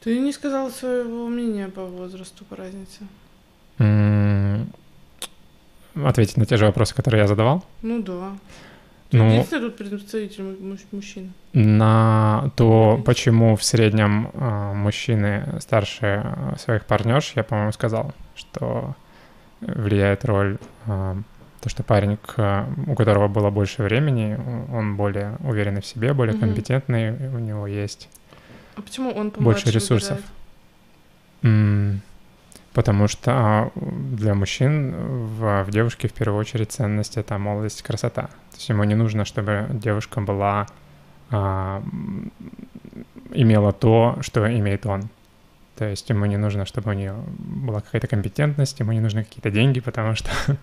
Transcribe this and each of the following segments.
Ты не сказала своего мнения по возрасту, по разнице. М, Ответить на те же вопросы, которые я задавал. Ну да. Ты Ну, единственный тут представитель му- муж- мужчин. на то, почему в среднем э, мужчины старше э, своих партнерш, я, по-моему, сказал, что влияет роль э, то, что парень, к, э, у которого было больше времени, о- он более уверенный в себе, более Мгм. компетентный, у него есть А почему он помладше Больше ресурсов. выбирает? М, Потому что а, для мужчин в, в девушке в первую очередь ценность это молодость, красота. То есть ему не нужно, чтобы девушка была а, м, имела то, что имеет он. То есть ему не нужно, чтобы у нее была какая-то компетентность, ему не нужны какие-то деньги, потому что,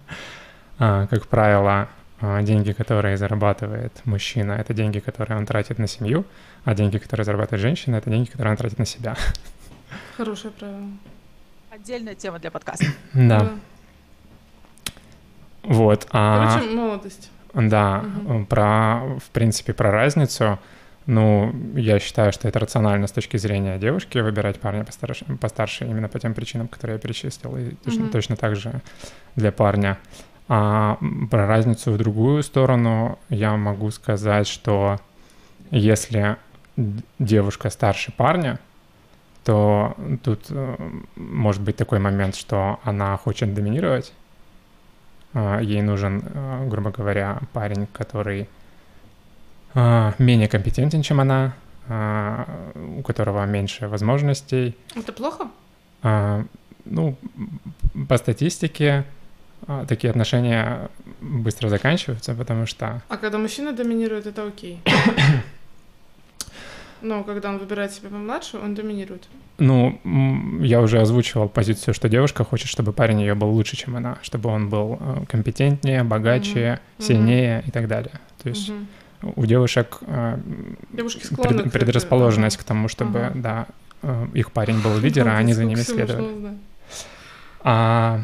а, как правило, а, деньги, которые зарабатывает мужчина, это деньги, которые он тратит на семью, а деньги, которые зарабатывает женщина, это деньги, которые он тратит на себя. Хорошее правило. Отдельная тема для подкаста. Да. Да. Вот, а, Короче, молодость. да, мгм. э, про, в принципе, про разницу, ну, я считаю, что это рационально с точки зрения девушки выбирать парня постарше, постарше именно по тем причинам, которые я перечислил, и точно, Мгм. точно так же для парня. А м, про разницу в другую сторону я могу сказать, что если д- девушка старше парня, то тут э, может быть такой момент, что она хочет доминировать. А, Ей нужен, э, грубо говоря, парень, который а, менее компетентен, чем она, а, у которого меньше возможностей. Это плохо? А, Ну, м, по статистике а, такие отношения быстро заканчиваются, потому что А когда мужчина доминирует, это окей. Но когда он выбирает себе помладше, он доминирует. Ну, м, я уже озвучивал позицию, что девушка хочет, чтобы парень ее был лучше, чем она, чтобы он был э, компетентнее, богаче, Мгм. сильнее и так далее. То есть Мгм. у девушек э, Девушки пред- склонны к этой- предрасположенность к тому, чтобы, Ага. да, э, их парень был ага. лидером, а Ой, они за сколько ними всего следовали. можно узнать. А,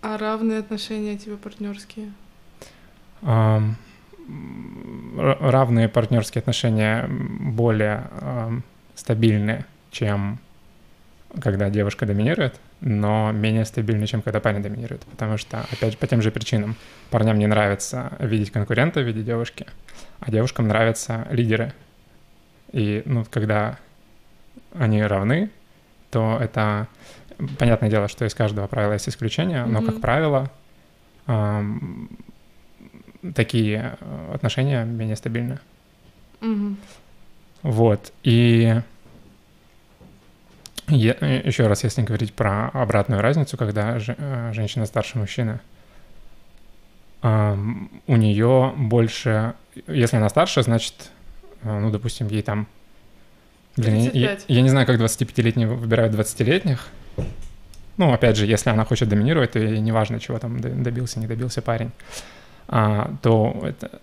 А равные отношения тебе партнерские? ам, м, ра- равные партнерские отношения м, более ам, стабильны, чем когда девушка доминирует, но менее стабильны, чем когда парень доминирует. Потому что, опять же, по тем же причинам. Парням не нравится видеть конкурента в виде девушки, а девушкам нравятся лидеры. И, ну, когда они равны, то это... Понятное дело, что из каждого правила есть исключение, но, Мгм. как правило, ам, такие э, отношения менее стабильны. Мгм. Вот. И еще э, раз, если говорить про обратную разницу, когда же- э, женщина старше мужчины, ам, у нее больше, если она старше, значит, э, ну, допустим, ей там... Блин, я- я, 35. я не знаю, как 25-летние выбирают 20-летних. Ну, опять же, если она хочет доминировать, то ей неважно, чего там д- добился, не добился парень, а, то это,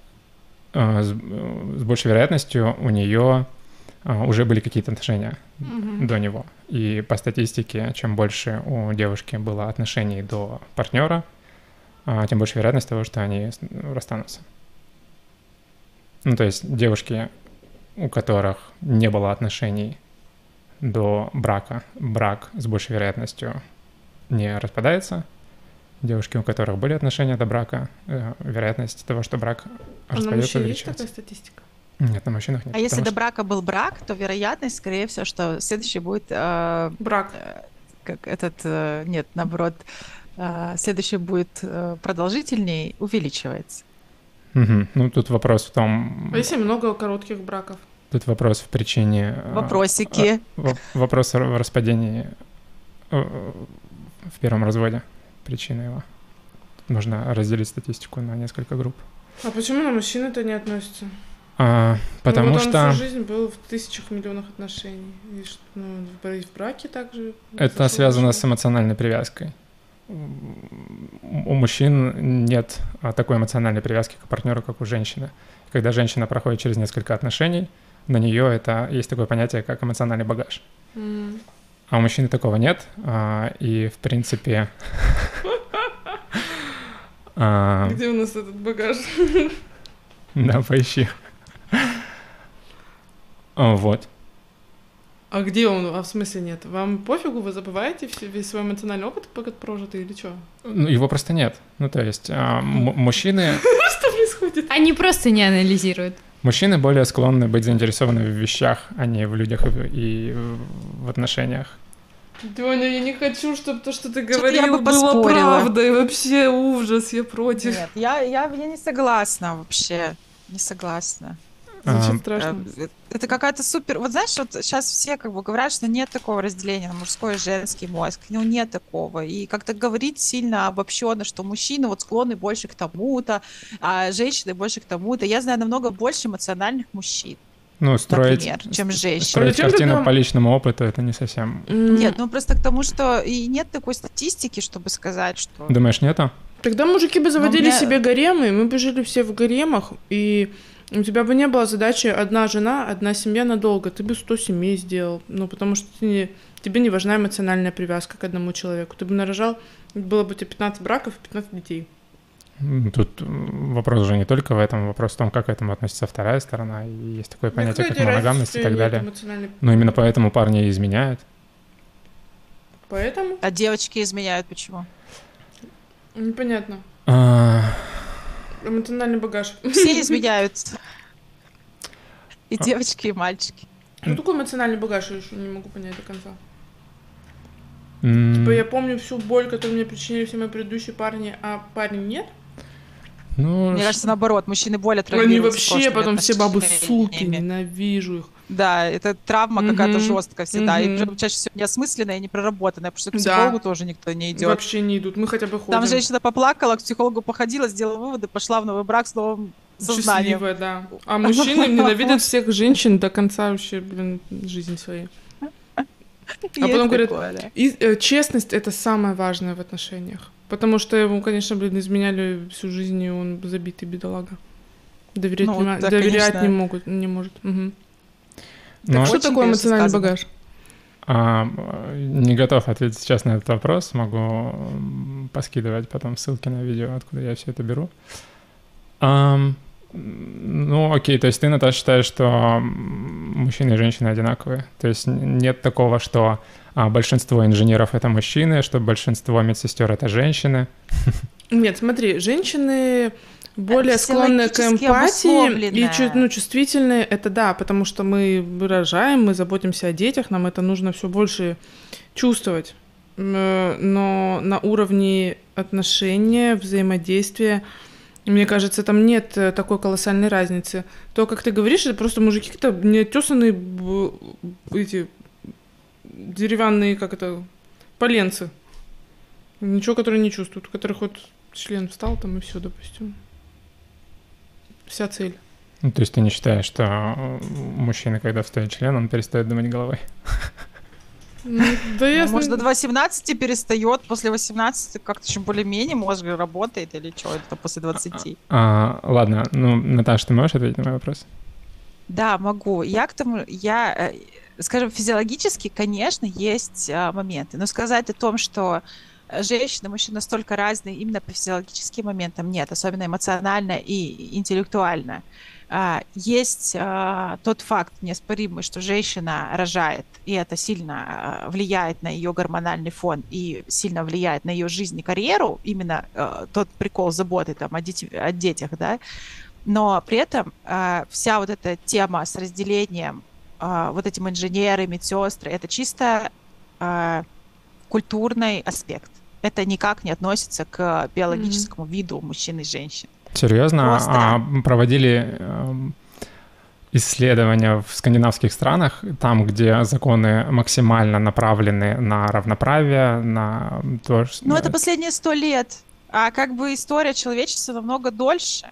э, с, э, с большей вероятностью у нее уже были какие-то отношения Мгм. А до него. И по статистике, чем больше у девушки было отношений до партнера, а, тем больше вероятность того, что они с- расстанутся. Ну, то есть девушки, у которых не было отношений до брака, брак с большей вероятностью не распадается. Девушки, у которых были отношения до брака, э, вероятность того, что брак А на распадется, мужчин есть такая увеличивается. статистика? Нет, на мужчинах нет. А если потому до что- брака был брак, то вероятность, скорее всего, что следующий будет э, Брак. э, как этот, э, нет, наоборот, э, следующий будет э, продолжительней, увеличивается. Мгм. Ну, тут вопрос в том... А если много коротких браков? Тут вопрос в причине... э, Вопросики. во- Вопрос в распадении э, в первом разводе. Причина его. Можно разделить статистику на несколько групп. А почему на мужчин это не относится? А, потому ну, вот что он всю жизнь был в тысячах миллионах отношений. И ш- ну, он в бра- и в браке также. это связано с эмоциональной привязкой. М, У мужчин нет а, такой эмоциональной привязки к партнеру, как у женщины. Когда женщина проходит через несколько отношений, на нее это есть такое понятие, как эмоциональный багаж. М. А у мужчины такого нет. а, И, в принципе... а, Где у нас этот багаж? Да, поищи. А, Вот. А А где он? А в смысле нет? Вам пофигу, вы забываете все- весь свой эмоциональный опыт пока прожитый или что? Ну, его просто нет. Ну, то есть а, м- мужчины, Что происходит? Они просто не анализируют. мужчины более склонны быть заинтересованы в вещах, а не в людях и в- и в отношениях. Дёня, я не хочу, чтобы то, что ты Что-то я говорил, бы было поспорила. правдой. Вообще ужас, я против. Нет, я, я, я не согласна вообще. Не согласна. Звучит А, страшно. Э, Это какая-то супер... Вот знаешь, вот сейчас все как бы говорят, что нет такого разделения на мужской и женский мозг. Ну, нет такого. И как-то говорить сильно обобщенно, что мужчины вот склонны больше к тому-то, а женщины больше к тому-то. Я знаю намного больше эмоциональных мужчин, Ну, строить, например, чем женщин. строить Причём тут картину нам- по личному опыту это не совсем. Нет, ну просто к тому, что и нет такой статистики, чтобы сказать, что... Думаешь, нету? Тогда мужики бы заводили меня- себе гаремы, и мы бы жили все в гаремах, и у тебя бы не было задачи одна жена, одна семья надолго. Ты бы 100 семей сделал. Ну, потому что ты не- тебе не важна эмоциональная привязка к одному человеку. Ты бы нарожал, было бы у тебя 15 браков и 15 детей. М, Тут м, вопрос уже не только в этом, вопрос в том, как к этому относится вторая сторона. И есть такое Ну, понятие, как моногамность и так далее. Но именно поэтому парни и изменяют. Поэтому А девочки изменяют почему? непонятно. А, Эмоциональный багаж. Ну, Все изменяют. И девочки, и мальчики. Ну, такой эмоциональный багаж, я еще не могу понять до конца. м, Типа, я помню всю боль, которую мне причинили все мои предыдущие парни, а парень нет. ну, Мне с- кажется, наоборот, мужчины более Они травмируются вообще прошлыми потом все бабы отношениями. суки, ненавижу их. Да, это травма какая-то Мгм. жесткая всегда. И Мгм. причем чаще всего неосмысленная и непроработанная, потому что к Да. психологу тоже никто не идет. Вообще не идут, мы хотя бы ходим. Там женщина поплакала, к психологу походила, сделала выводы, пошла в новый брак с новым сознанием. Счастливая, да. А мужчины ненавидят всех женщин до конца вообще, блин, жизни своей. Есть А потом говорят, такое, да. И э, честность — это самое важное в отношениях. Потому что ему, конечно, блин, изменяли всю жизнь, и он забитый бедолага. Доверять, Ну, не, ма- да, доверять конечно. не могут, не может. Мгм. Ну, Что Очень, такое конечно, эмоциональный сказано. багаж? а, э, не готов ответить сейчас на этот вопрос. Могу м, поскидывать потом ссылки на видео, откуда я все это беру. Ам, м, ну, окей, то есть ты, Наташа, считаешь, что м, мужчины и женщины одинаковые? То есть н- нет такого, что а, большинство инженеров — это мужчины, что большинство медсестер — это женщины? Нет, смотри, женщины более склонны к Э, Психологически эмпатии и чу- обусловленная. ну, чувствительные, это да, потому что мы рожаем, мы заботимся о детях, нам это нужно все больше чувствовать. М, э, Но на уровне отношения, взаимодействия, мне кажется, там нет э, такой колоссальной разницы. То, как ты говоришь, это просто мужики какие-то неоттесанные б- эти деревянные, как это, поленцы. Ничего, которые не чувствуют, у которых вот член встал там и все, допустим. Вся цель. Ну, то есть ты не считаешь, что э, мужчина, когда встает член, он перестает думать головой? Ну, Да Ну, я... Может, до 2.17 перестает, после 18 как-то еще более-менее мозг работает или что, это там а. после 20. А, ладно, ну, Наташа, ты можешь ответить на мой вопрос? Да, могу. Я к тому, я, э, скажем, физиологически, конечно, есть а, моменты, но сказать о том, что э, женщины и мужчины настолько разные именно по физиологическим моментам, нет, особенно эмоционально и интеллектуально. А, Есть а, тот факт неоспоримый, что женщина рожает, и это сильно а, влияет на ее гормональный фон и сильно влияет на ее жизнь и карьеру, именно э, тот прикол заботы там, о, деть- о детях, да, но при этом а, вся вот эта тема с разделением а, вот этим инженеры, медсестры, это чисто а, культурный аспект. Это никак не относится к биологическому виду мужчин и женщин. Серьезно, Просто. А, м, проводили эм, исследования в скандинавских странах, там, где законы максимально направлены на равноправие, на то, что... Ну, это последние сто лет. А как бы история человечества намного дольше.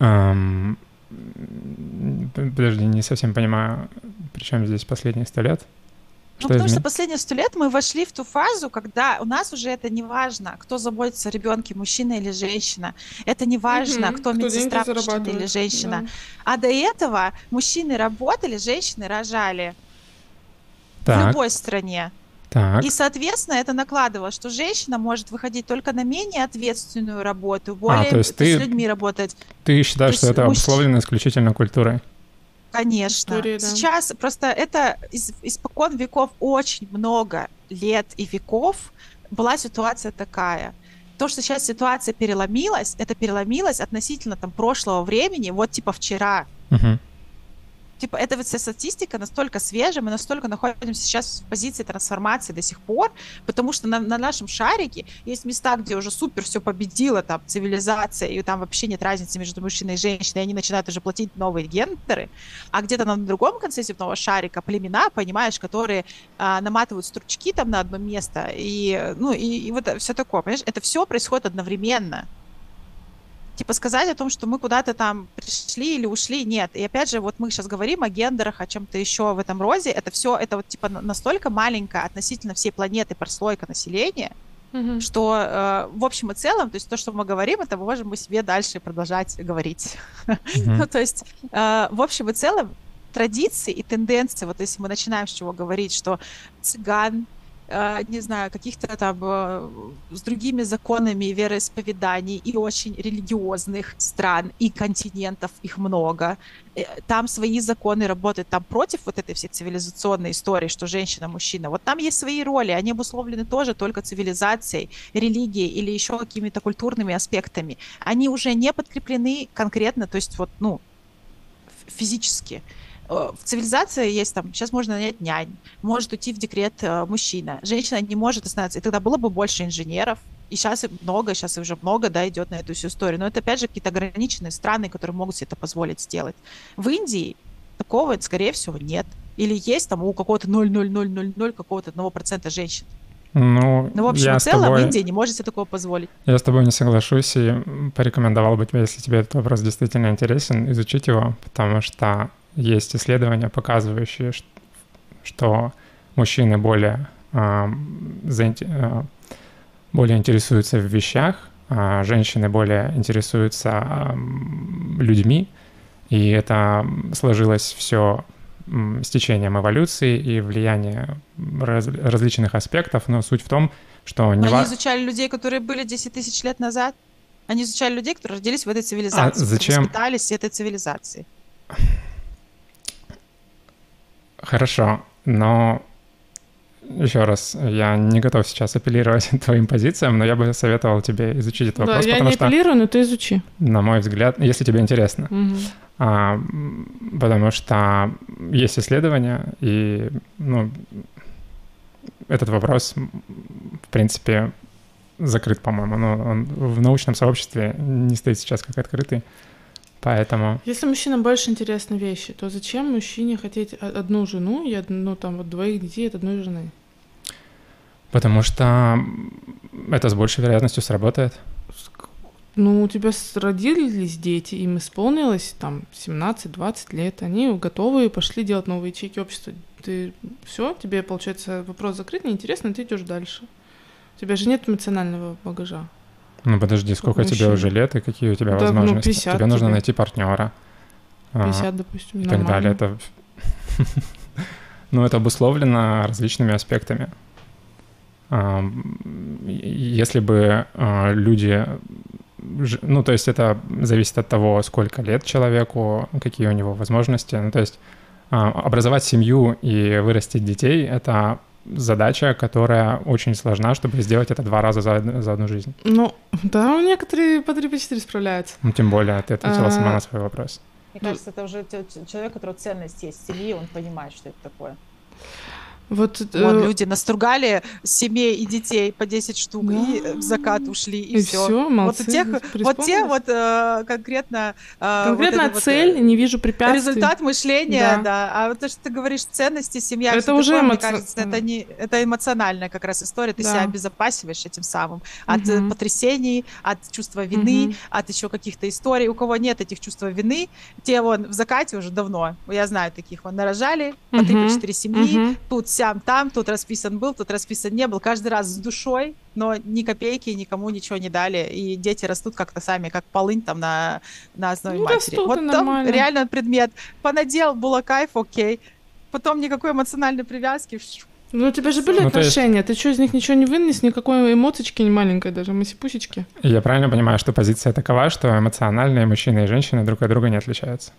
Эм, м, подожди, не совсем понимаю, при чем здесь последние сто лет? Ну, Что потому что измен- последние сто лет мы вошли в ту фазу, когда у нас уже это не важно, кто заботится о ребенке, мужчина или женщина. Это не важно, Мгм. кто, деньги медсестра, мужчина или зарабатывает. женщина. Да. А до этого мужчины работали, женщины рожали в Так, любой стране. так. Ну, И, соответственно, это накладывало, что женщина может выходить только на менее ответственную работу, более А, то есть с ты- людьми работать. Ты считаешь, есть что это мужч- обусловлено исключительно культурой? Конечно. Истории, да. Сейчас просто это из, испокон веков очень много лет и веков была ситуация такая. То, что сейчас ситуация переломилась, это переломилось относительно там прошлого времени, вот типа вчера. Мгм. Типа эта вот вся статистика настолько свежая, мы настолько находимся сейчас в позиции трансформации до сих пор, потому что на, на нашем шарике есть места, где уже супер все победила, там цивилизация, и там вообще нет разницы между мужчиной и женщиной, и они начинают уже платить новые гендеры, а где-то на другом конце земного шарика племена, понимаешь, которые а, наматывают стручки там на одно место, и, э, ну, и, и вот все такое, понимаешь, это все происходит одновременно. Типа сказать о том, что мы куда-то там пришли или ушли, нет. И опять же, вот мы сейчас говорим о гендерах, о чем-то еще в этом розе, это все, это вот типа на- настолько маленькая относительно всей планеты прослойка населения, Мгм. что э, в общем и целом, то есть то, что мы говорим, это можем мы себе дальше продолжать говорить. Мгм. Ну, то есть, э, в общем и целом, традиции и тенденции, вот если мы начинаем с чего говорить, что цыган, э, не знаю, каких-то там э, с другими законами и вероисповеданий и очень религиозных стран и континентов, их много. Э, Там свои законы работают, там против вот этой всей цивилизационной истории, что женщина, мужчина. Вот там есть свои роли, они обусловлены тоже только цивилизацией, религией или еще какими-то культурными аспектами они уже не подкреплены конкретно, то есть вот, ну, ф- физически. Э, В цивилизации есть там, сейчас можно нанять нянь, может уйти в декрет э, мужчина, женщина не может остановиться, и тогда было бы больше инженеров, и сейчас их много, сейчас уже много, да, идет на эту всю историю, но это опять же какие-то ограниченные страны, которые могут себе это позволить сделать. В Индии такого, скорее всего, нет. Или есть там у какого-то 0,0000 какого-то одного процента женщин. Ну, Но в общем я и с целом тобой- Индия не может себе такого позволить. Я с тобой не соглашусь и м, порекомендовал бы тебе, если тебе этот вопрос действительно интересен, изучить его, потому что есть исследования, показывающие, ш- что мужчины более, ам, заинте- а, более интересуются в вещах, а женщины более интересуются ам, людьми, и это м, сложилось все с течением эволюции и влияние раз- различных аспектов, но суть в том, что не Но ва- Они изучали людей, которые были 10 тысяч лет назад. Они изучали людей, которые родились в этой цивилизации, А которые зачем? воспитались в этой цивилизации. Хорошо, но еще раз, я не готов сейчас апеллировать твоим позициям, но я бы советовал тебе изучить этот Да, вопрос, я потому не что, апеллирую, но ты изучи. на мой взгляд, если тебе интересно, Мгм. а, м, потому что есть исследования, и ну, этот вопрос, м, в принципе, закрыт, по-моему, но он в научном сообществе не стоит сейчас как открытый, поэтому... Если мужчинам больше интересны вещи, то зачем мужчине хотеть о- одну жену и одну ну, там вот двоих детей от одной жены? Потому что м, это с большей вероятностью сработает. Ск- Ну, у тебя с- родились дети, им исполнилось там 17-20 лет, они готовы пошли делать новые ячейки общества. Ты все, тебе, получается, вопрос закрыт, неинтересно, ты идешь дальше. У тебя же нет эмоционального багажа. Ну подожди, сколько тебе мужчина. уже лет и какие у тебя Да, ну, возможности? 50 тебе нужно тебе. найти партнера. а, 50, допустим, и так нормально. далее. Это... ну, это обусловлено различными аспектами. А, м, и- Если бы а, люди... ж- Ну, то есть это зависит от того, сколько лет человеку, какие у него возможности. Ну, то есть а, образовать семью и вырастить детей — это задача, которая очень сложна, чтобы сделать это два раза за, од- за одну жизнь. Ну, да, некоторые по 3-4 справляются. Ну, тем более, ты ответила сама А, на свой вопрос. Мне Ну- кажется, это уже те- те- человек, у которого ценность есть семьи, он понимает, что это такое. Вот, Вот э, люди настругали семей и детей по 10 штук, и Да. э, в закат ушли, и, Ну, и все. все, Вот молодцы. у тех, вот те преисполнились. вот э, конкретно... э, вот Конкретно это вот, э, цель, не вижу препятствий. Результат мышления, Да. да. А вот то, что ты говоришь, ценности, семья, Это всё уже такое, эмоци- мне кажется, это, не, это эмоциональная как раз история. Ты Да. себя обезопасиваешь этим самым от э, Мгм. потрясений, от чувства вины, Мгм. от еще каких-то историй. У кого нет этих чувств вины, те вон в закате уже давно. Я знаю таких, вон нарожали по три, Мгм. по четыре семьи, Мгм. тут сям там, тут расписан был, тут расписан не был. Каждый раз с душой, но ни копейки никому ничего не дали. И дети растут как-то сами, как полынь там на, на основе Ну, матери. растут, вот и там нормально. реально предмет. Понадел, было кайф, окей. Потом никакой эмоциональной привязки. Ш- Ну, у тебя же были Ну, то есть- отношения, ты что, из них ничего не вынес, никакой эмоцички не маленькой даже, масипусечки. И Я правильно понимаю, что позиция такова, что эмоциональные мужчины и женщины друг от друга не отличаются?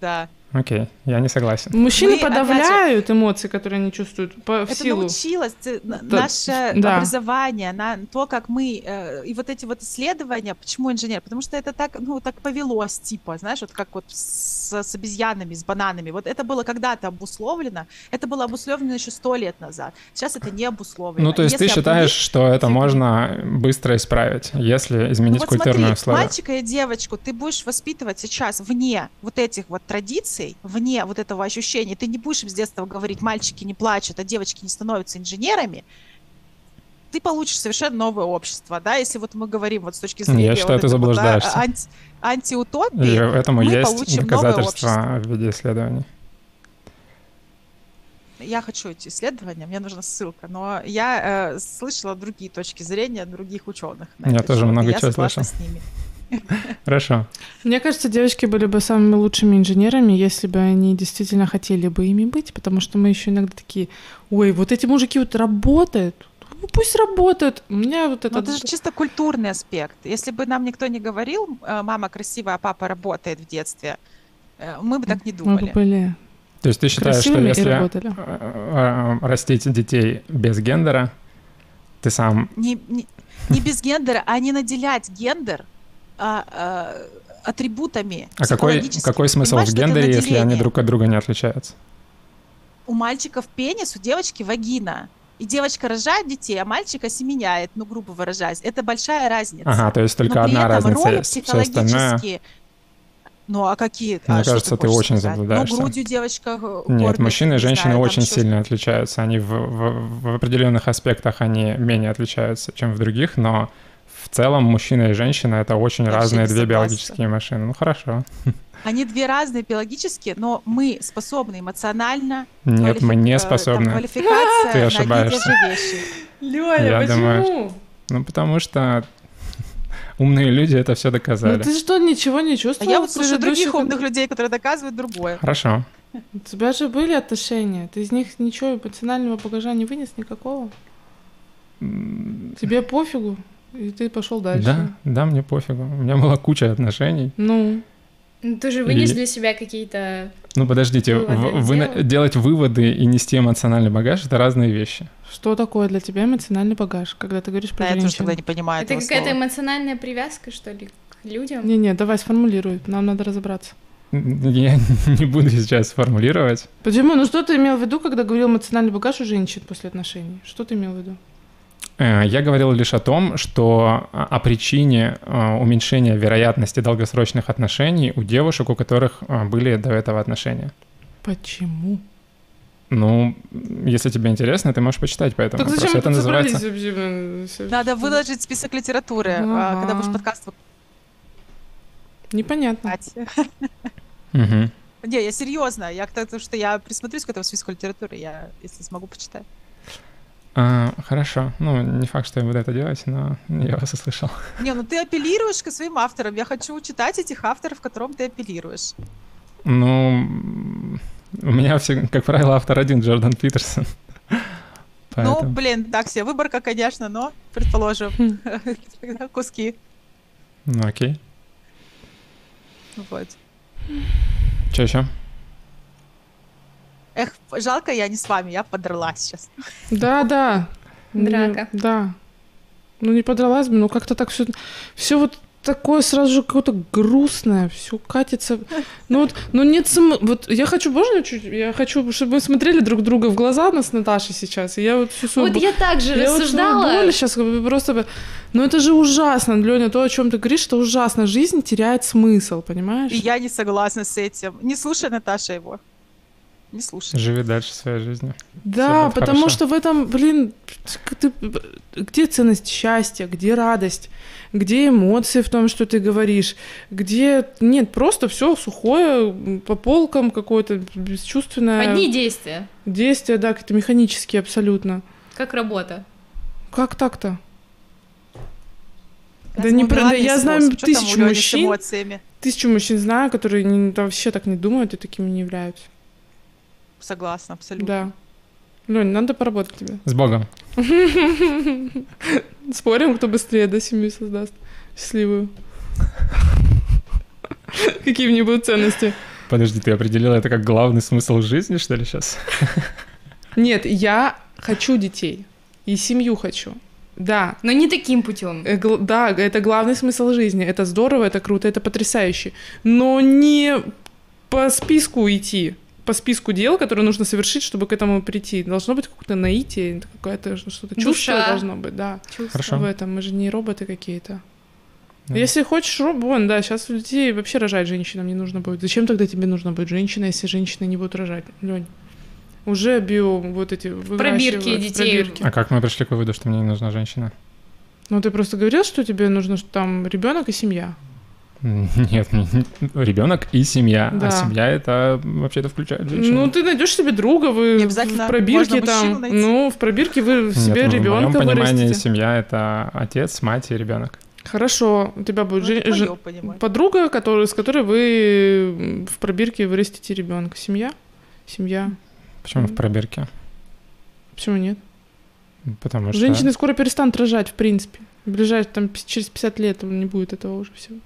Да. Окей, я не согласен. Мужчины Мы, опять же- подавляют эмоции, которые они чувствуют по, в Это силу. научилось э, на- Да, наше да. образование, на то, как мы э, и вот эти вот исследования. Почему инженер? Потому что это так, ну так повелось, типа, знаешь, вот как вот с, с обезьянами, с бананами. Вот это было когда-то обусловлено. Это было обусловлено еще сто лет назад. Сейчас это не обусловлено. Ну, то есть Если ты считаешь, обнулить- что это типа- можно быстро исправить, если изменить ну, вот культурные смотри, условия? мальчика и девочку ты будешь воспитывать сейчас вне вот этих вот традиций, вне вот этого ощущения. Ты не будешь им с детства говорить, мальчики не плачут, а девочки не становятся инженерами. Ты получишь совершенно новое общество, да, если вот мы говорим вот с точки Я зрения... считаю, вот ты этого, да, заблуждаешься. анти- антиутопии. И этому мы есть получим новое доказательства в виде исследований. Я хочу эти исследования, мне нужна ссылка, но я э, слышала другие точки зрения других ученых. на Я этот тоже счет, и много я чего согласна с ними. Хорошо. Мне кажется, девочки были бы самыми лучшими инженерами, если бы они действительно хотели бы ими быть, потому что мы еще иногда такие, ой, вот эти мужики вот работают, ну, пусть работают. У меня вот это... Ну, это же чисто культурный аспект. Если бы нам никто не говорил, э, мама красивая, а папа работает в детстве, э, мы бы так не Мы бы думали. были То есть ты считаешь, что красивыми и если э, работали. э, растить детей без гендера, ты сам... Не, не- не без гендера, а не наделять гендер а, а, атрибутами А какой, психологическими. какой смысл Понимаешь, в что это гендере, если они наделение? друг от друга не отличаются? У мальчиков пенис, у девочки вагина. И девочка рожает детей, а мальчика семеняет, ну, грубо выражаясь. Это большая разница. Ага, то есть только Но при одна этом разница роли есть. Все остальное... психологические- Ну а какие? Мне а что кажется, ты хочешь очень сказать? заблудаешься. Ну грудью девочка э, Нет, кормит, мужчины и не женщины знаю, там очень еще сильно отличаются. Они в, в- в определенных аспектах они менее отличаются, чем в других, но в целом мужчина и женщина это очень Вообще разные не две согласна. биологические машины. Ну хорошо. Они две разные биологически, но мы способны эмоционально. Нет, мы квалифи- э, не там способны. Квалификация Ты на ошибаешься. одни и те же вещи. А Лёля, Я думаю, почему? Ну потому что умные люди это все Ну доказали. ты что, ничего не А чувствовала? я в вот ну слушаю других предыдущих- умных людей, которые доказывают другое. Хорошо. У тебя же были отношения, ты из них ничего эмоционального багажа не вынес никакого. М, Тебе пофигу, и ты пошел дальше. Да, да, мне пофигу. У меня была куча отношений. Ну, Ну, ты же вынес И- для себя какие-то... Ну подождите, Выводы в- вы на- делал? делать выводы и нести эмоциональный багаж это разные вещи. что такое для тебя эмоциональный багаж, когда ты говоришь про Да, А я тоже женщин? тогда не понимаю это этого какая-то слова. эмоциональная привязка, что ли, к людям? Не-не, давай сформулируй, нам надо разобраться. Н- Я не буду сейчас формулировать. Почему? Ну что ты имел в виду, когда говорил эмоциональный багаж у женщин после отношений? Что ты имел в виду? Э, Я говорил лишь о том, что а, о причине э, уменьшения вероятности долгосрочных отношений у девушек, у которых э, были до этого отношения. Почему? Ну, если тебе интересно, ты можешь почитать по этому так вопросу. зачем мы Это тут называется... собрались вообще? Надо выложить список литературы, а, Ага. когда будешь подкаст Непонятно. выкладывать. Мгм. Не, я серьезно. Я к тому, что я присмотрюсь к этому списку литературы, я, если смогу, почитаю. А, хорошо. Ну, не факт, что я буду это делать, но я вас услышал. Не, ну ты апеллируешь к своим авторам. Я хочу читать этих авторов, к которым ты апеллируешь. Ну, м, у меня, всег- как правило, автор один, Джордан Питерсон. Ну, Поэтому... блин, так себе выборка, конечно, но, предположим, Хм. тогда куски. Ну, окей. Вот. Че еще? Эх, жалко, я не с вами, я подралась сейчас. Да, да. Драка. Ну, да. Ну не подралась бы, но как-то так все, все вот такое сразу же какое-то грустное, все катится. Ну вот, ну нет смы- Вот я хочу, можно чуть, я хочу, чтобы мы смотрели друг друга в глаза нас с Наташей сейчас. И я вот всю свою Вот бо- я так же я вот свою рассуждала. боль сейчас просто... бы- Ну это же ужасно, Леня, то, о чем ты говоришь, это ужасно. Жизнь теряет смысл, понимаешь? И я не согласна с этим. Не слушай, Наташа, его. Не слушай. Живи дальше своей жизнью. Да, будет потому хорошо. что в этом, блин, ты- где ценность счастья, где радость, где эмоции в том, что ты говоришь, где нет, просто все сухое, м, по полкам какое-то бесчувственное Одни действия, действие, да, какие-то механические абсолютно. как работа. Как так-то? Да Я не думаю, про- Белла да я Ну, не знаю слушает. Что там тысячу у Лёни с мужчин. эмоциями. Тысячу мужчин знаю, которые не- да, вообще так не думают и такими не являются. Согласна, абсолютно. Да. Лёнь, надо поработать тебе. С Богом. Спорим, кто быстрее до семью создаст счастливую. Какие в ней будут ценности? Подожди, ты определила это как главный смысл жизни, что ли, сейчас? Нет, я хочу детей. И семью хочу. Да. Но не таким путем. Э, гл- Да, это главный смысл жизни. Это здорово, это круто, это потрясающе. Но не по списку идти. По списку дел, которые нужно совершить, чтобы к этому прийти. Должно быть какое-то наитие, какое-то что-то чувство Душа. должно быть, да. Хорошо. В этом мы же не роботы какие-то. Ну Да. Если хочешь роб, вон, да, сейчас людей вообще рожать женщинам не нужно будет. Зачем тогда тебе нужно будет женщина, если женщины не будут рожать, Лень? Уже био вот эти выращивают, Пробирки детей. пробирки. А как мы пришли к выводу, что мне не нужна женщина? Ну ты просто говорил, что тебе нужно что там ребенок и семья. М, Нет, ребенок и семья. Да. А семья это вообще-то включает женщину. Ну ты найдешь себе друга, вы Не в обязательно. пробирке Можно мужчину там, найти. ну в пробирке вы Нет, ну, себе в моем ребенка понимании вырастите. семья это отец, мать и ребенок. Хорошо, у тебя будет Ну, жен- это жен- моё понимание. подруга, который, с которой вы м, в пробирке вырастите ребенка. Семья, семья. Почему в пробирке? Почему нет? Потому что Женщины скоро перестанут рожать, в принципе. В ближайшие, там, пи- через 50 лет не будет этого уже всего.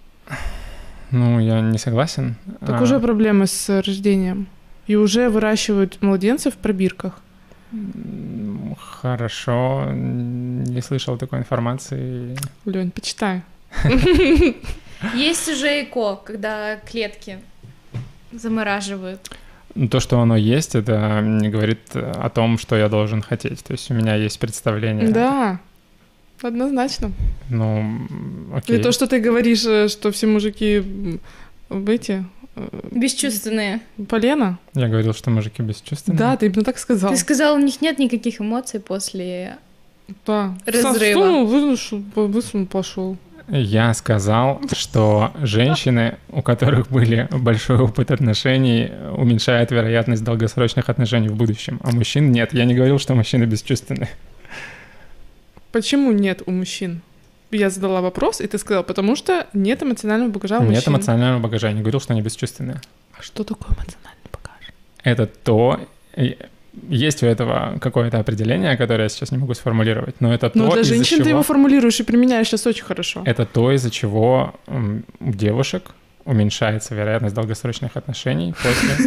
Ну, я не согласен. Так А, уже проблемы с рождением. И уже выращивают младенцев в пробирках. м, Хорошо, м, не слышал такой информации. Лень, почитай. Есть уже ЭКО, когда клетки замораживают. Ну, То, что оно есть, это не говорит о том, что я должен хотеть. То есть у меня есть представление. Да, однозначно. Ну, м, И окей. то, что ты говоришь, э, что все мужики м, в эти... э, Бесчувственные. Полено? Я говорил, что мужики бесчувственные. Да, ты именно так сказал. Ты сказал, у них нет никаких эмоций после... Да. Разрыва. Сунул, вынул, высунул, пошел. Я сказал, что женщины, у которых были большой опыт отношений, уменьшают вероятность долгосрочных отношений в будущем. А мужчин нет. Я не говорил, что мужчины бесчувственны. Почему нет у мужчин? Я задала вопрос, и ты сказал, потому что нет эмоционального багажа у нет мужчин. эмоционального багажа. Я не говорил, что они бесчувственные. А что такое эмоциональный багаж? Это то... и- Есть у этого какое-то определение, которое я сейчас не могу сформулировать, но это Ну, то, для из-за женщин чего... ты его формулируешь и применяешь сейчас очень хорошо. Это то, из-за чего м, у девушек уменьшается вероятность долгосрочных отношений после...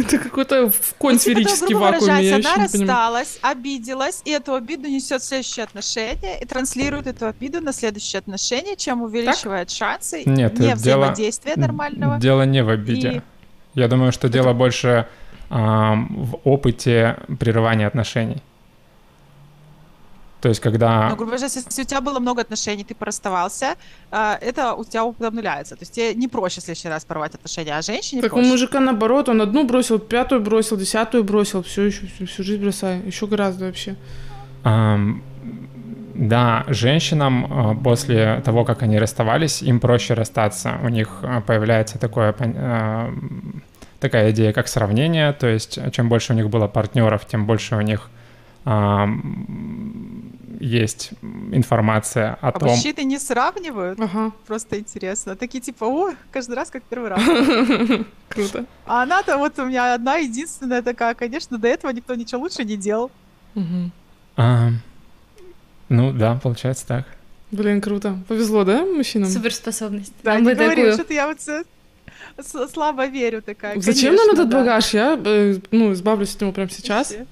Это какой-то в конь Типа, да, сферический грубо вакуум, я выражаясь, еще она не понимаю. рассталась, обиделась, и эту обиду несет в следующие отношения, и транслирует эту обиду на следующие отношения, чем увеличивает шансы Нет, не это дело- взаимодействия нормального. Дело не в обиде. Я думаю, что дело больше ам, в опыте прерывания отношений. То есть, Ну, когда... грубо говоря, если у тебя было много отношений, ты порасставался, а, это у тебя обнуляется. То есть тебе не проще в следующий раз порвать отношения, а женщине Так у проще. мужика наоборот, он одну бросил, пятую бросил, десятую бросил, все еще всю, всю жизнь бросай, еще гораздо вообще. ам, да, женщинам а, после того, как они расставались, им проще расстаться. У них а, появляется такое, пон- ам, такая идея, как сравнение. То есть, а, чем больше у них было партнеров, тем больше у них ам, есть информация о А том, мужчины не сравнивают, ну, Ага, просто интересно. Такие типа, о, каждый раз как первый раз. круто. А она-то вот у меня одна единственная такая, конечно, до этого никто ничего лучше не делал. Мгм. А, ну да, получается так. Блин, круто. Повезло, да, мужчинам? Суперспособность. Да, Нам не бы говори, такую. что-то я вот с- с- слабо верю такая. Зачем конечно, нам этот да. багаж? Я, э, ну, избавлюсь от него прямо сейчас. Слушай,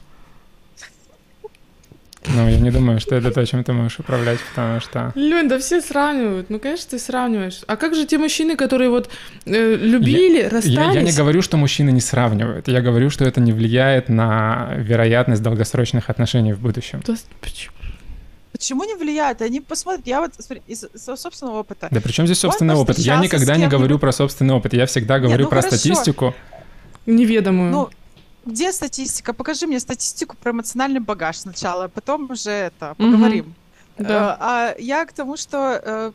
Но я не думаю, что это то, чем ты можешь управлять, потому что... Лень, да все сравнивают. Ну, конечно, ты сравниваешь. А как же те мужчины, которые вот э, любили, Я, расстались? я не говорю, что мужчины не сравнивают. Я говорю, что это не влияет на вероятность долгосрочных отношений в будущем. Да с- почему? Почему не влияет? Они посмотрят, я вот смотри, из своего собственного опыта. Да причем здесь собственный Он опыт? Я встречался с никогда не кем-нибудь. говорю про собственный опыт. Я всегда говорю ну про хорошо. статистику. Неведомую. Ну, где статистика? Покажи мне статистику про эмоциональный багаж сначала, а потом уже это, Мгм. поговорим. да. Э, А я к тому, что э,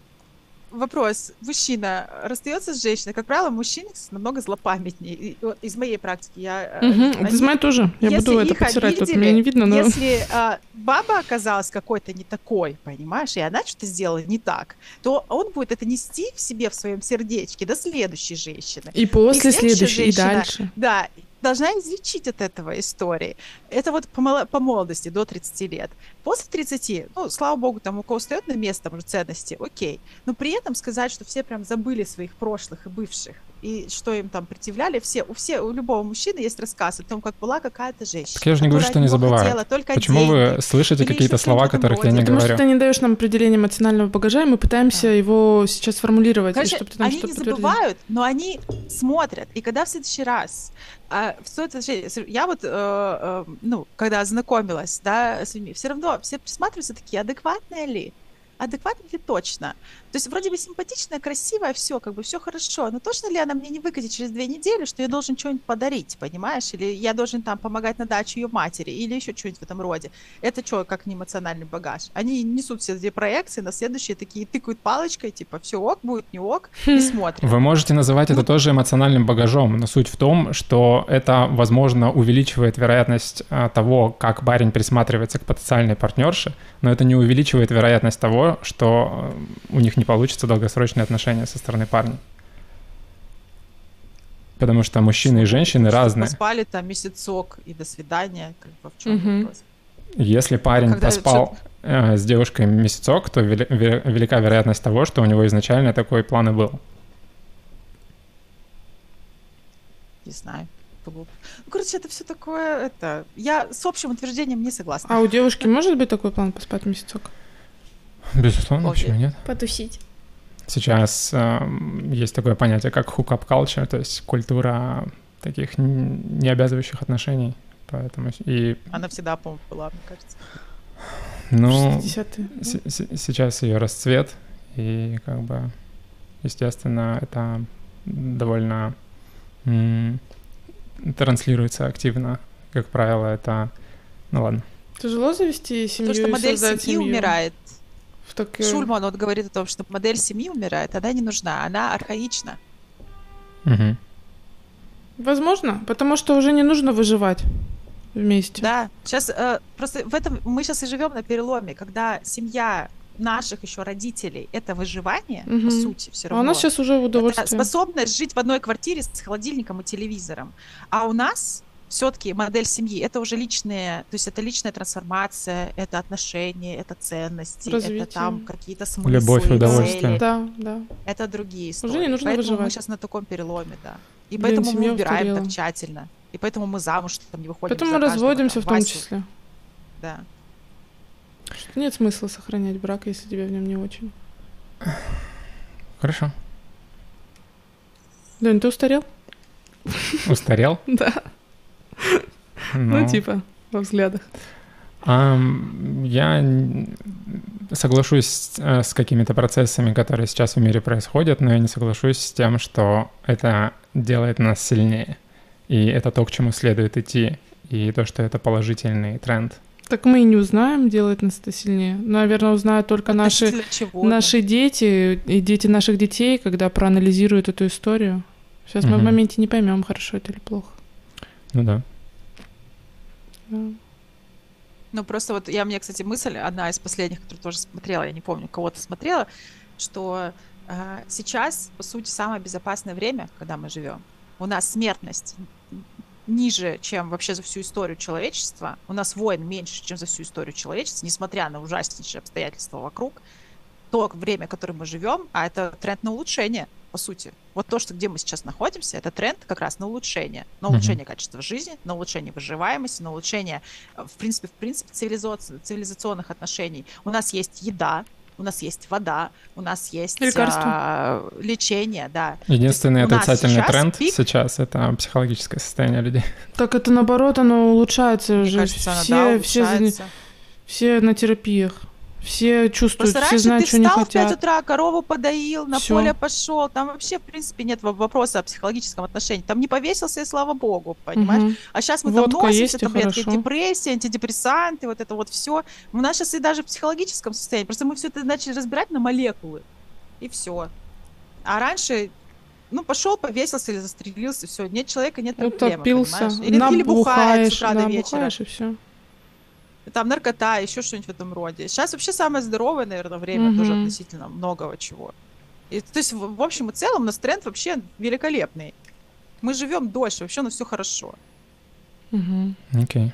вопрос. Мужчина расстается с женщиной. Как правило, мужчины намного злопамятнее. И вот из моей практики я... э, Мгм. они- Ты знаешь тоже. Я если буду это их потирать, тут обидели, меня не видно, Ну, но... Если а, баба оказалась какой-то не такой, понимаешь, и она что-то сделала не так, то он будет это нести в себе, в своем сердечке до следующей женщины. И после и следующая следующей, и женщина. дальше. Да, должна излечить от этого истории. Это вот по, мало- по молодости, до 30 лет. После 30, ну, слава богу, там у кого встает на место уже ценности, окей. Но при этом сказать, что все прям забыли своих прошлых и бывших, и что им там предъявляли, все, у, все, у любого мужчины есть рассказ о том, как была какая-то женщина. Так я же не говорю, которая что от не него забывают. хотела только Почему деньги. вы слышите Или какие-то ещё слова, что-то в этом которых я не роде. Потому что ты говорю? не даешь нам определение эмоционального багажа, и мы пытаемся его сейчас формулировать, и Короче, чтобы ты нам они что не подтвердил. забывают, но они смотрят. И когда в следующий раз, а, в тот же- я вот, э, э, ну, когда знакомилась, да, с людьми, все равно все присматриваются такие, адекватные ли? Адекватно ли точно? То есть вроде бы симпатичная, красивая, все, как бы все хорошо, но точно ли она мне не выгодит через две недели, что я должен что-нибудь подарить, понимаешь? Или я должен там помогать на даче ее матери, или еще что-нибудь в этом роде. Это что, как не эмоциональный багаж? Они несут все две проекции, на следующие такие тыкают палочкой, типа, все ок, будет не ок, и смотрят. Вы можете называть это тоже эмоциональным багажом, но суть в том, что это, возможно, увеличивает вероятность а, того, как парень присматривается к потенциальной партнерше, но это не увеличивает вероятность того, что э, у них не получится долгосрочные отношения со стороны парня. Потому что мужчины и женщины разные. Поспали там месяцок, и до свидания, как бы, в чем Мгм. вопрос? Если парень Когда поспал э, с девушкой месяцок, то вели- ве- велика вероятность того, что у него изначально такой план и был. Не знаю. глупо. Ну, короче, это все такое, это... Я с общим утверждением не согласна. А у девушки может быть такой план поспать месяцок? Безусловно, Окей. почему нет? потусить. Сейчас эм, есть такое понятие, как hookup culture, то есть культура таких н- необязывающих отношений. Поэтому с- и Она всегда, по-моему, была, мне кажется. ну 60-е. с- с- сейчас ее расцвет и как бы естественно это довольно м, транслируется активно. Как правило, это ну ладно. Тяжело завести семью Потому что и модель создать семьи семью? умирает. В такой- Шульман, он говорит о том, что модель семьи умирает, она не нужна, она архаична. Мгм. Возможно, потому что уже не нужно выживать вместе. Да, сейчас просто в этом мы сейчас и живем на переломе, когда семья наших еще родителей это выживание, Мгм. по сути, все а равно. у нас сейчас уже Это удовольствие. способность жить в одной квартире с холодильником и телевизором. А у нас все-таки модель семьи это уже личные, то есть это личная трансформация, это отношения, это ценности, Развитие. это там какие-то смыслы, Любовь, цели. удовольствие. Да, да. это другие истории. не нужно поэтому мы выживать. сейчас на таком переломе, да. И Блин, поэтому семья мы убираем устарела. так тщательно. И поэтому мы замуж там не выходим. Поэтому за мы каждого, разводимся там, в том Васю, числе. Да. Нет смысла сохранять брак, если тебе в нем не очень. Хорошо. Лень, ты устарел? Устарел? Да. Ну, Ну, типа, во взглядах. Ам, я н- соглашусь с, э, с какими-то процессами, которые сейчас в мире происходят, но я не соглашусь с тем, что это делает нас сильнее. И это то, к чему следует идти, и то, что это положительный тренд. Так мы и не узнаем, делает нас это сильнее. Наверное, узнают только наши, Относительно чего, да. наши дети и дети наших детей, когда проанализируют эту историю. Сейчас мы в Мгм. моменте не поймем, хорошо это или плохо. Ну да. Да. Ну, просто вот я, мне, кстати, мысль, одна из последних, которую тоже смотрела, я не помню, кого-то смотрела, что э, сейчас, по сути, самое безопасное время, когда мы живем. У нас смертность н- ниже, чем вообще за всю историю человечества. У нас войн меньше, чем за всю историю человечества, несмотря на ужаснейшие обстоятельства вокруг. То время, в котором мы живем, а это тренд на улучшение, по сути. Вот то, что где мы сейчас находимся, это тренд как раз на улучшение. На Мгм. улучшение качества жизни, на улучшение выживаемости, на улучшение э, в принципе, в принципе цивилизац- цивилизационных отношений. У нас есть еда, у нас есть вода, у нас есть Лекарства. а, лечение, да. Единственный у нас отрицательный сейчас тренд пик- сейчас — это психологическое состояние людей. Так это наоборот, оно улучшается Мне же. кажется, она, все, да, все, за- улучшается. все на терапиях. Все чувствуют, Просто все раньше знают, ты что не встал в 5 хотят. утра, корову подоил, на Всё. поле пошел. Там вообще, в принципе, нет во- вопроса о психологическом отношении. Там не повесился, и слава богу, понимаешь? Мгм. А сейчас мы Водка там носимся, есть, и таблетки хорошо. депрессии, антидепрессанты, вот это вот все. У нас сейчас и даже в психологическом состоянии. Просто мы все это начали разбирать на молекулы. И все. А раньше, ну, пошел, повесился или застрелился, все. Нет человека, нет проблемы, Утопился, понимаешь? Или, или бухает с набухаешь, утра до вечера. набухаешь и все. Там наркота, еще что-нибудь в этом роде. Сейчас вообще самое здоровое, наверное, время тоже Мгм. относительно многого чего. И, то есть, в, в общем и целом, у нас тренд вообще великолепный. Мы живем дольше, вообще у нас все хорошо. Окей.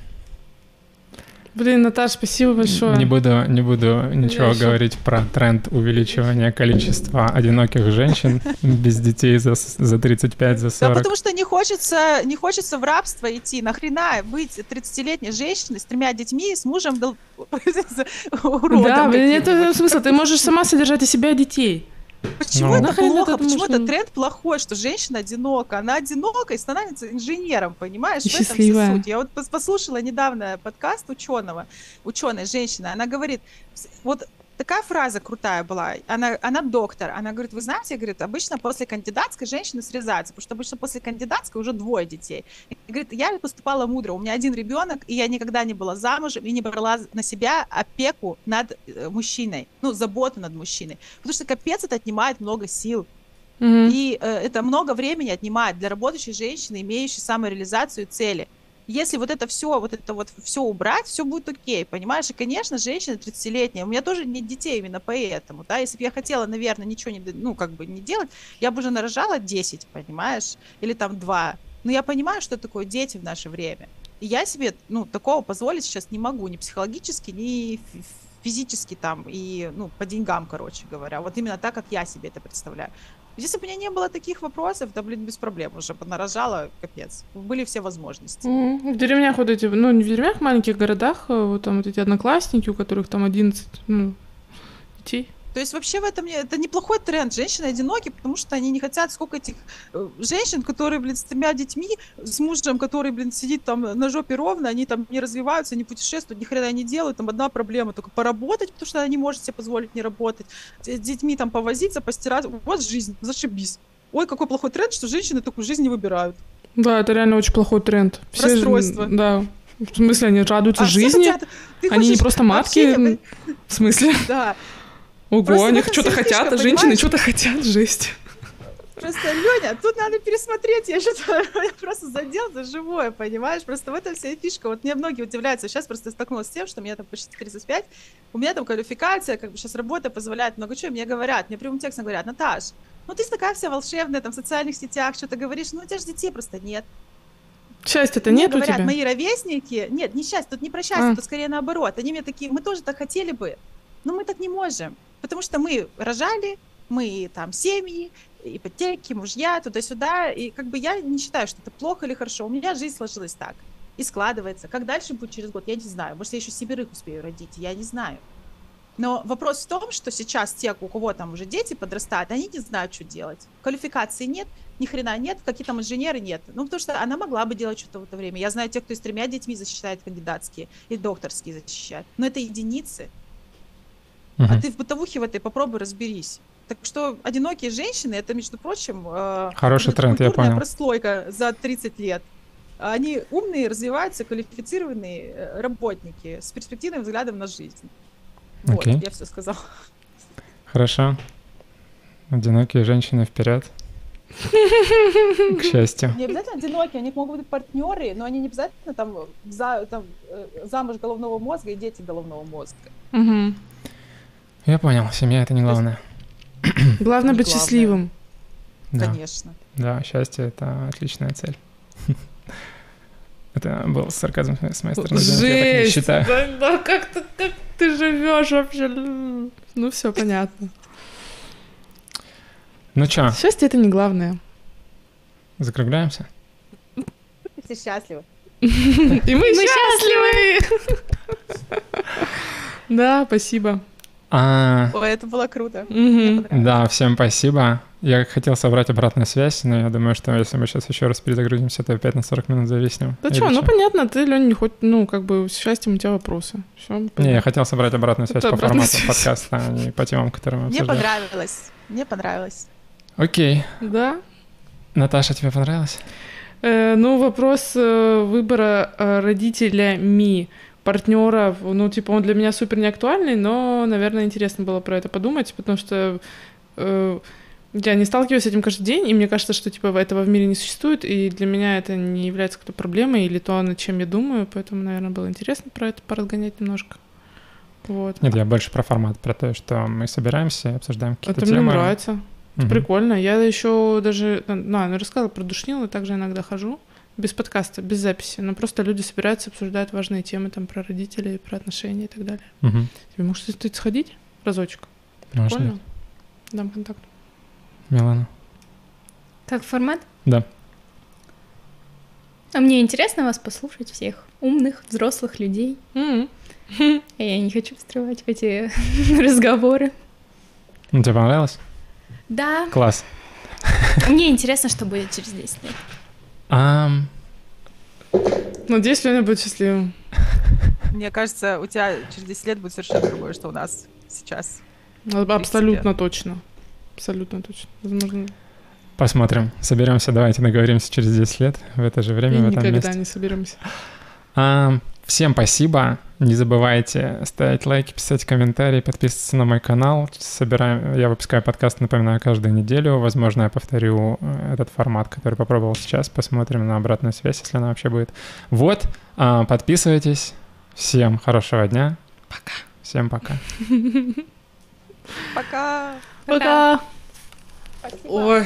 Блин, Наташа, спасибо большое. Не буду, не буду ничего Лёша. говорить про тренд увеличивания количества одиноких женщин без детей за, с- за 35, за Да 40. потому что не хочется, не хочется в рабство идти. Нахрена быть 30-летней женщиной с тремя детьми, с мужем, дол- уродом да, блин, каким-то. нет смысла. Ты можешь сама содержать и себя и детей. Почему Ну. это Нахрен плохо? это, Почему потому это что- тренд плохой, что женщина одинока? Она одинока и становится инженером, понимаешь? И В этом вся счастливая. суть. Я вот пос- послушала недавно подкаст ученого, ученой женщины. Она говорит, вс- вот такая фраза крутая была. Она, она доктор. Она говорит, вы знаете, говорит, обычно после кандидатской женщины срезаются, потому что обычно после кандидатской уже двое детей. И говорит, я поступала мудро. У меня один ребенок, и я никогда не была замужем и не брала на себя опеку над э, мужчиной, ну, заботу над мужчиной. Потому что капец это отнимает много сил. Мгм. И э, это много времени отнимает для работающей женщины, имеющей самореализацию и цели. Если вот это все, вот это вот все убрать, все будет окей, понимаешь? И, конечно, женщина 30-летняя, у меня тоже нет детей именно поэтому, да, если бы я хотела, наверное, ничего не, д- ну, как бы не делать, я бы уже нарожала 10, понимаешь, или там 2. Но Ну, я понимаю, что такое дети в наше время. И я себе, ну, такого позволить сейчас не могу, ни психологически, ни фи- физически там, и, ну, по деньгам, короче говоря. Вот именно так, как я себе это представляю. Если бы у меня не было таких вопросов, да, блин, без проблем уже понарожала, капец. Были все возможности. Мгм. В деревнях вот эти, ну, не в деревнях, в маленьких городах, э, вот там вот эти одноклассники, у которых там 11, ну, детей. То есть вообще в этом не- это неплохой тренд. Женщины одиноки, потому что они не хотят сколько этих э, женщин, которые, блин, с тремя детьми, с мужем, который, блин, сидит там на жопе ровно, они там не развиваются, не путешествуют, ни хрена не делают. Там одна проблема только поработать, потому что она не может себе позволить не работать. С детьми там повозиться, постирать. Вот жизнь, зашибись. Ой, какой плохой тренд, что женщины такую жизнь не выбирают. Да, это реально очень плохой тренд. ж- Расстройство. Да. В смысле, они радуются А все жизни? хотят- ты Они не хочешь просто матки. общения, м, В смысле? Да, Ого, Просто в они этом что-то вся хотят, фишка, а женщины понимаешь? что-то хотят, жесть. Просто, Леня, тут надо пересмотреть, я что-то просто задел за живое, понимаешь? Просто в этом вся и фишка. Вот мне многие удивляются. Сейчас просто столкнулась с тем, что мне там почти 35, у меня там квалификация, как бы сейчас работа позволяет много чего, и мне говорят, мне прямым текстом говорят, Наташ, ну ты такая вся волшебная, там в социальных сетях что-то говоришь, ну у тебя же детей просто нет. Счастья-то Мне нет у говорят, тебя? мои ровесники, нет, не счастье, тут не про счастье, А. тут скорее наоборот. Они мне такие, мы тоже так хотели бы, но мы так не можем, потому что мы рожали, мы там семьи, ипотеки, мужья, туда-сюда, и как бы я не считаю, что это плохо или хорошо, у меня жизнь сложилась так и складывается. Как дальше будет через год, я не знаю, может я еще сибирых успею родить, я не знаю. Но вопрос в том, что сейчас те, у кого там уже дети подрастают, они не знают, что делать. Квалификации нет, ни хрена нет, какие там инженеры нет. Ну, потому что она могла бы делать что-то в это время. Я знаю тех, кто и с тремя детьми защищает кандидатские и докторские защищает. Но это единицы. А Мгм. ты в бытовухе в этой попробуй разберись. Так что одинокие женщины, это, между прочим, э, Хороший вот эта тренд, я культурная понял. прослойка за 30 лет. Они умные, развиваются, квалифицированные э, работники с перспективным взглядом на жизнь. Вот, Окей. я все сказала. Хорошо. Одинокие женщины вперед. К счастью. Не обязательно одинокие, у них могут быть партнеры, но они не обязательно там, за, там э, замуж головного мозга и дети головного мозга. Мгм. Я понял, семья это не есть- главное. Хм. Главное Не быть главное. счастливым. Да. Конечно. Да, счастье это отличная цель. Это был сарказм с моей стороны. Денис, Я так не Жесть! считаю. Да, да, как ты, как ты живешь вообще? М. Ну все, понятно. Ну чё, Счастье это не главное. закругляемся? И Все счастливы. И мы счастливы! Да, спасибо. А, Ой, это было круто. Мгм. Да, всем спасибо. Я хотел собрать обратную связь, но я думаю, что если мы сейчас еще раз перезагрузимся, то опять на 40 минут зависнем. Да Или что, ну чё? понятно, ты, Лёня, не хоть, ну, как бы, с счастьем у тебя вопросы. Все, Не, я хотел собрать обратную связь Это по обратная формату связь. подкаста, а не по темам, которые мы Мне обсуждали. понравилось. Мне понравилось. Окей. Да. Наташа, тебе понравилось? Э, ну, вопрос э, выбора э, родителями партнера, ну, типа, он для меня супер не актуальный, но, наверное, интересно было про это подумать, потому что э, я не сталкиваюсь с этим каждый день, и мне кажется, что, типа, этого в мире не существует, и для меня это не является какой-то проблемой или то, над чем я думаю, поэтому, наверное, было интересно про это поразгонять немножко. Вот. Нет, я больше про формат, про то, что мы собираемся и обсуждаем какие-то это мне темы. нравится. Мгм. ну, Прикольно. Я еще даже, на, ну, рассказала про душнилы, также иногда хожу. без подкаста, без записи, но просто люди собираются, обсуждают важные темы там про родителей, про отношения и так далее. Мгм. Тебе может стоит сходить разочек? Можно? Прикольно. Дам контакт. Милана. Как формат? Да. А мне интересно вас послушать всех умных, взрослых людей. М. А Я не хочу встревать в эти разговоры. Ну, тебе понравилось? Да, Класс. мне интересно, что будет через 10 лет. Ам, Надеюсь, Леня будет счастливым. Мне кажется, у тебя через 10 лет будет совершенно другое, что у нас сейчас. Абсолютно точно. Абсолютно точно. Возможно, посмотрим. Соберемся, давайте договоримся через 10 лет в это же и время, в этом никогда месте. не соберемся. Ам, А, всем спасибо. Не забывайте ставить лайки, писать комментарии, подписываться на мой канал. Собираем, я выпускаю подкаст, напоминаю, каждую неделю. Возможно, я повторю э, этот формат, который попробовал сейчас. Посмотрим на обратную связь, если она вообще будет. Вот, а, подписывайтесь. Всем хорошего дня. Пока. Всем пока. Пока! Пока! Ой,